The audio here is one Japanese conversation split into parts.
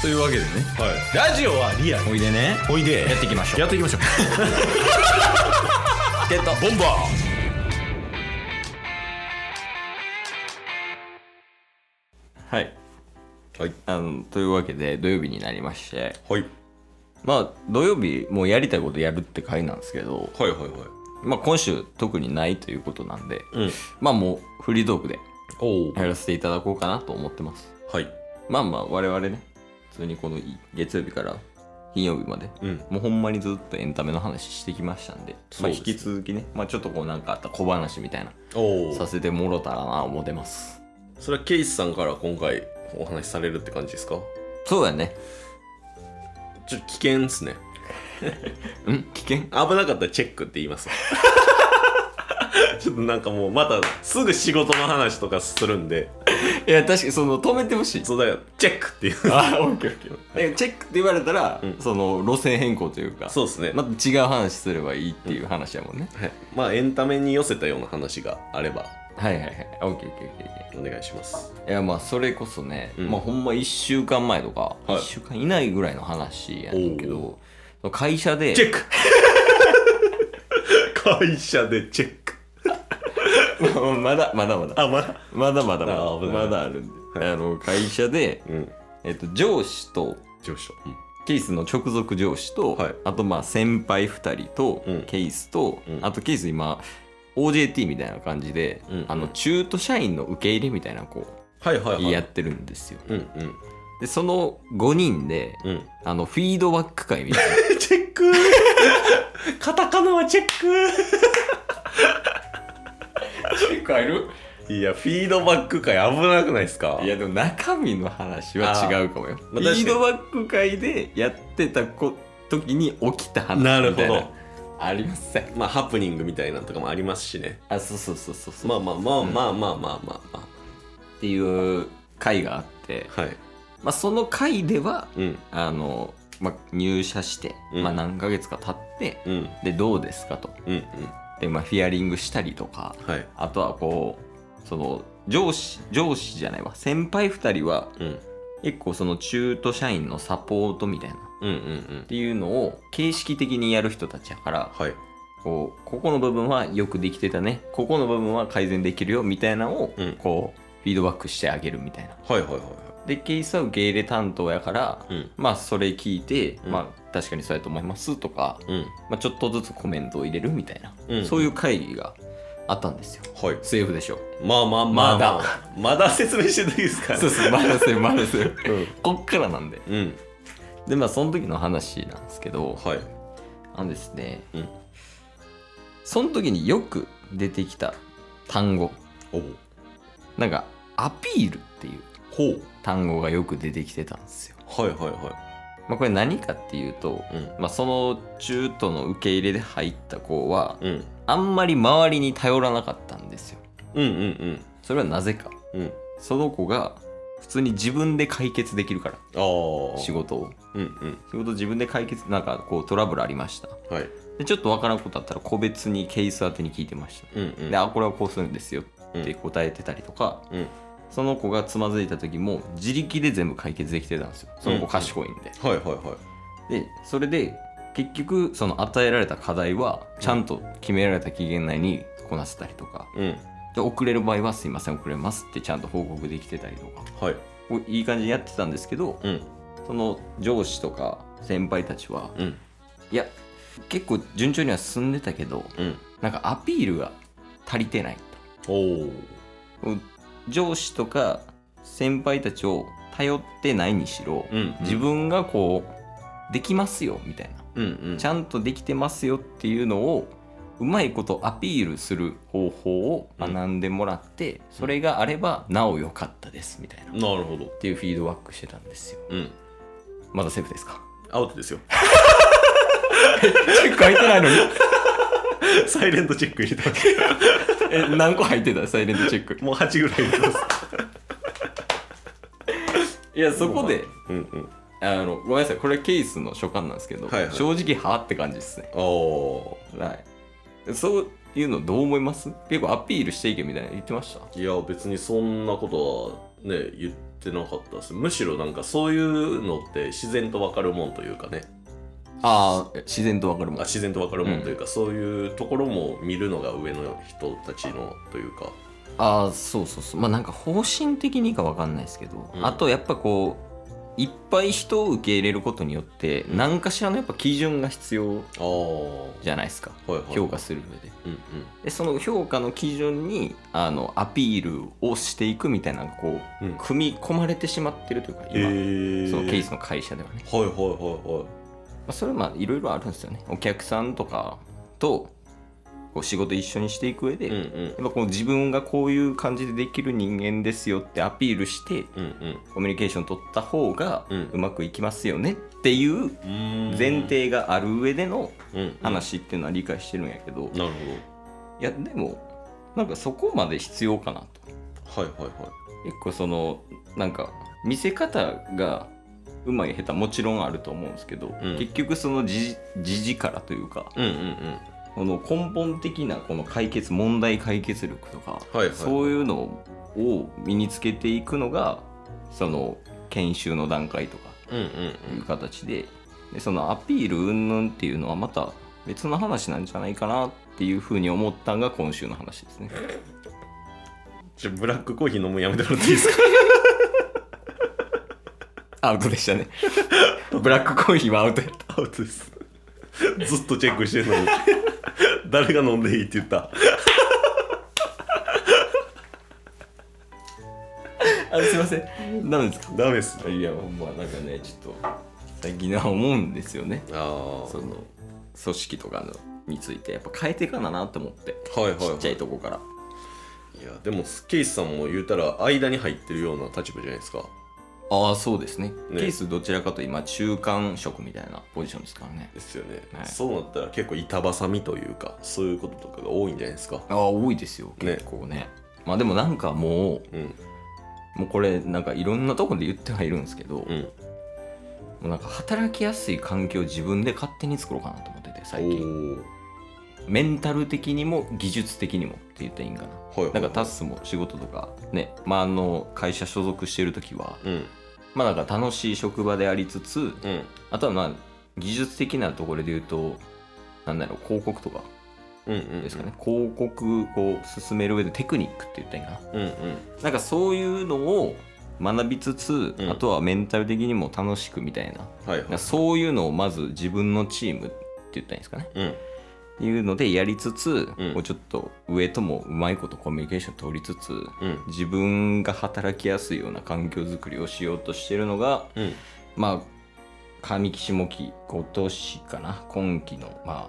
というわけでねはい、ラジオはリアルおいでねおいでやっていきましょうやっていきましょうってたボンバはいーはいあのというわけで土曜日になりましてはいまあ土曜日もうやりたいことやるって回なんですけどはいはいはいまあ今週特にないということなんで、うんまあもうフリートークでおおやらせていただこうかなと思ってますはいまあまあ我々ね普通にこの月曜日から金曜日までうんもうほんまにずっとエンタメの話してきましたんでそまうあ、です引ねき続きね、まあ、ちょっとこうなんかあった小話みたいなおおさせてもろたらな思ってますそれはケイスさんから今回お話しされるって感じですかそうだねちょっと危険っすねうん危険危なかったらチェックって言います ちょっとなんかもうまたすぐ仕事の話とかするんでいや確かにその止めてほしいそうだよチェックっていうあオッケーオッケーチェックって言われたら、うんその路線変更というかそうですねまた違う話すればいいっていう話やもんね、はい、まあエンタメに寄せたような話があればはいはいはいオッケーオッケーオッケーオッケーお願いしますいやまあそれこそね、うんまあほんま1週間前とか、はい1週間以内ぐらいの話やねんけどその会社でチェック 会社でチェックまだまだまだあまだまだまだまあだ危ないまだあるんで、あの会社で、うんえっと、上司と上司とケイスの直属上司と、はいあとまあ先輩2人と、うんケイスと、うんあとケイス今 OJT みたいな感じで、うんあの中途社員の受け入れみたいなこはいはうやってるんですようんうんでその5人でうんあのフィードバック会みた いなチェックカタカナはチェック結構あるいやフィードバック会危なくないですかいやでも中身の話は違うかもよ。まあフ確かにィードバック会でやってたこ時に起きた話みたいな。なるほど。ありません。まあハプニングみたいなのとかもありますしねあそうそうそうそうそう、まあまあまあまあまあまあまあまっていう会があって、あはいまあ、その会ではうんあの、まあ、入社して、うんまあ、何ヶ月か経ってうんでどうですかと。うんうんでまあヒアリングしたりとかはいあとはこうその上司上司じゃないわ先輩2人はうん結構その中途社員のサポートみたいな。うんうんうっんていうのを形式的にやる人たちやからはいこうここの部分はよくできてたねここの部分は改善できるよみたいなのを、うんこうフィードバックしてあげるみたいなはいはいはいはでケースは受け入れ担当やから、いうんまあそれ聞いて、うんまあ確かにそうやと思いますとか、うんまあ、ちょっとずつコメントを入れるみたいな、うんそういう会議があったんですよはいセーフでしょまあまあまあ、ままだあ、まだ説明してないですか らそうそうマルセマルセうんこっからなんでうんでまあその時の話なんですけどはいあのですね、うんその時によく出てきた単語おなんかアピールっていうほう単語がよく出てきてたんですよ、はいはいはまあ、これ何かっていうと、いまあ、その中途の受け入れで入った子はうんうんあんまり周りに頼らなかったんですようんうんそれはなぜかうんうんその子が普通に自分で解決できるかああら仕事をうんうん仕事自分で解決なんかこうトラブルありましたはいでちょっとわからんことあったら個別にケース宛てに聞いてましたうんうんであこれはこうするんですよって答えてたりとか、うんその子がつまずいた時も自力で全部解決できてたんですよその子賢いんで、はいはいはでそれで結局その与えられた課題はちゃんと決められた期限内にこなせたりとかいうんで遅れる場合はすいません遅れますってちゃんと報告できてたりとかはいこういい感じにやってたんですけどうんその上司とか先輩たちはうんいや結構順調には進んでたけどうんなんかアピールが足りてないとおお上司とか先輩たちを頼ってないにしろ、うん自分がこうできますよみたいな、うんうんちゃんとできてますよっていうのをうまいことアピールする方法を学んでもらって、それがあればなお良かったですみたいな、っなるほどていうフィードバックしてたんですようんまだセーフです かアウトですよ 結構入ってないのにサイレントチェック入れてますえ何個入ってたサイレントチェックもう8ぐら い入れてますいやそこでうんうんあのごめんなさいこれケースの所感なんですけど、はいはい正直はあって感じですねおおはい。そう、いうのどう思います結構アピールしていけみたいな言ってましたいや別にそんなことはね言ってなかったですむしろなんかそういうのって自然とわかるもんというかねああ自然とわかるもんあ自然とわかるもんというか、そういうところも見るのが上の人たちのというかああそうそうそうまあなんか方針的にかわかんないですけど、うんあとやっぱこういっぱい人を受け入れることによってん何かしらのやっぱ基準が必要ああじゃないですかはいはい評価する上でうんうんでその評価の基準にあのアピールをしていくみたいなのがこう、うん組み込まれてしまってるというかえ今、ーそのケースの会社ではね、はいはいはいはいまあ、それはまあいろいろあるんですよねお客さんとかとこう仕事一緒にしていく上で、うんやっうんぱこう自分がこういう感じでできる人間ですよってアピールしてうんコミュニケーション取った方がうんうまくいきますよねっていううん前提がある上でのうん話っていうのは理解してるんやけど、なるいやでもなんかそこまで必要かなとほどはいはいは結構そのなんか見せ方がうまい下手もちろんあると思うんですけど、うん結局そのじじじからというかいうんうんうんこの根本的なこの解決問題解決力とか、はいはいそういうのを身につけていくのがその研修の段階とかうんという形ででそのアピール云々っていうのはまた別の話なんじゃないかなっていうふうに思ったんが今週の話ですね。じゃブラックコーヒー飲むのやめてもらっていいですか アウトでしたね。 ブラックコーヒーはアウトやった。アウトです ずっとチェックしてるのに誰が飲んでいいって言ったあすいません。何ですダメですかいやほんまなんかねちょっと最近な思うんですよね。ああその組織とかのについてやっぱ変えていかななと思ってはいはいちっはいちゃいとこから。いやでもケイスさんも言うたら間に入ってるような立場じゃないですかああそうですね。ねケースどちらかと今中間職みたいなポジションですからね。ですよね、はいそうなったら結構板挟みというかそういうこととかが多いんじゃないですかああ多いですよね結構ねまあでもなんかもううんもうこれなんかいろんなとこで言ってはいるんですけど、もうんうなんか働きやすい環境を自分で勝手に作ろうかなと思ってて最近メンタル的にも技術的にもって言ったらいいんかなおーはいはいなんかタッスも仕事とかね、まあ、あの会社所属してる時は、うんまあ、なんか楽しい職場でありつつうんあとはまあ技術的なところで言うとなんだろう広告とかうんうんですかね、広告を進める上でテクニックって言ったらいいんかなうんうんなんかそういうのを学びつつ、うんあとはメンタル的にも楽しくみたいなはなんいはかいそういうのをまず自分のチームって言ったらいいんですかねうんっていうのでやりつつ、うんこうちょっと上ともうまいことコミュニケーション取りつつうん自分が働きやすいような環境づくりをしようとしてるのがうんまあ上期下期今年かな今期のまあ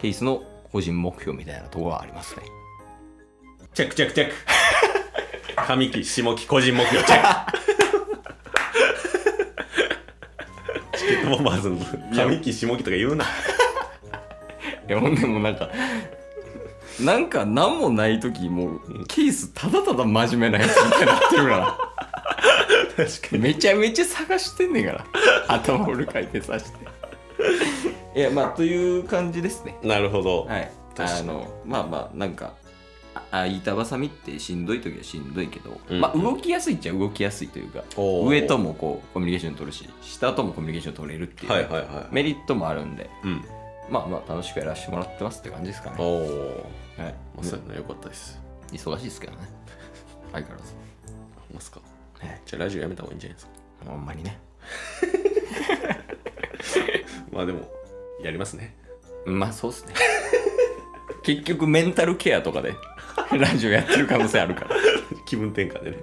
ケースの個人目標みたいなところはありますねチェックチェックチェック 上期下期個人目標チェックチケットボンバーズの上期下期とか言うないやほんでもなんかなんか何もない時もうケースただただ真面目なやつみたいになってるか確からめちゃめちゃ探してんねんから頭折る回転さしていやまあという感じですねになるほど、はい確かにあのまあまあなんかああ板挟みってしんどい時はしんどいけど、うんまあ動きやすいっちゃ動きやすいというかおー上ともこうコミュニケーション取るし下ともコミュニケーション取れるっていう、はいはいはいメリットもあるんでうんまあまあ楽しくやらせてもらってますって感じですかねおおはい、まさにね良かったです忙しいですけどね 相変わらず、ますかじゃあラジオやめた方がいいんじゃないですかほんまにねまあでもやりますねまあそうっすね 結局メンタルケアとかで ラジオやってる可能性あるから 気分転換でね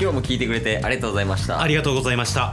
今日も聞いてくれてありがとうございましたありがとうございました。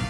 す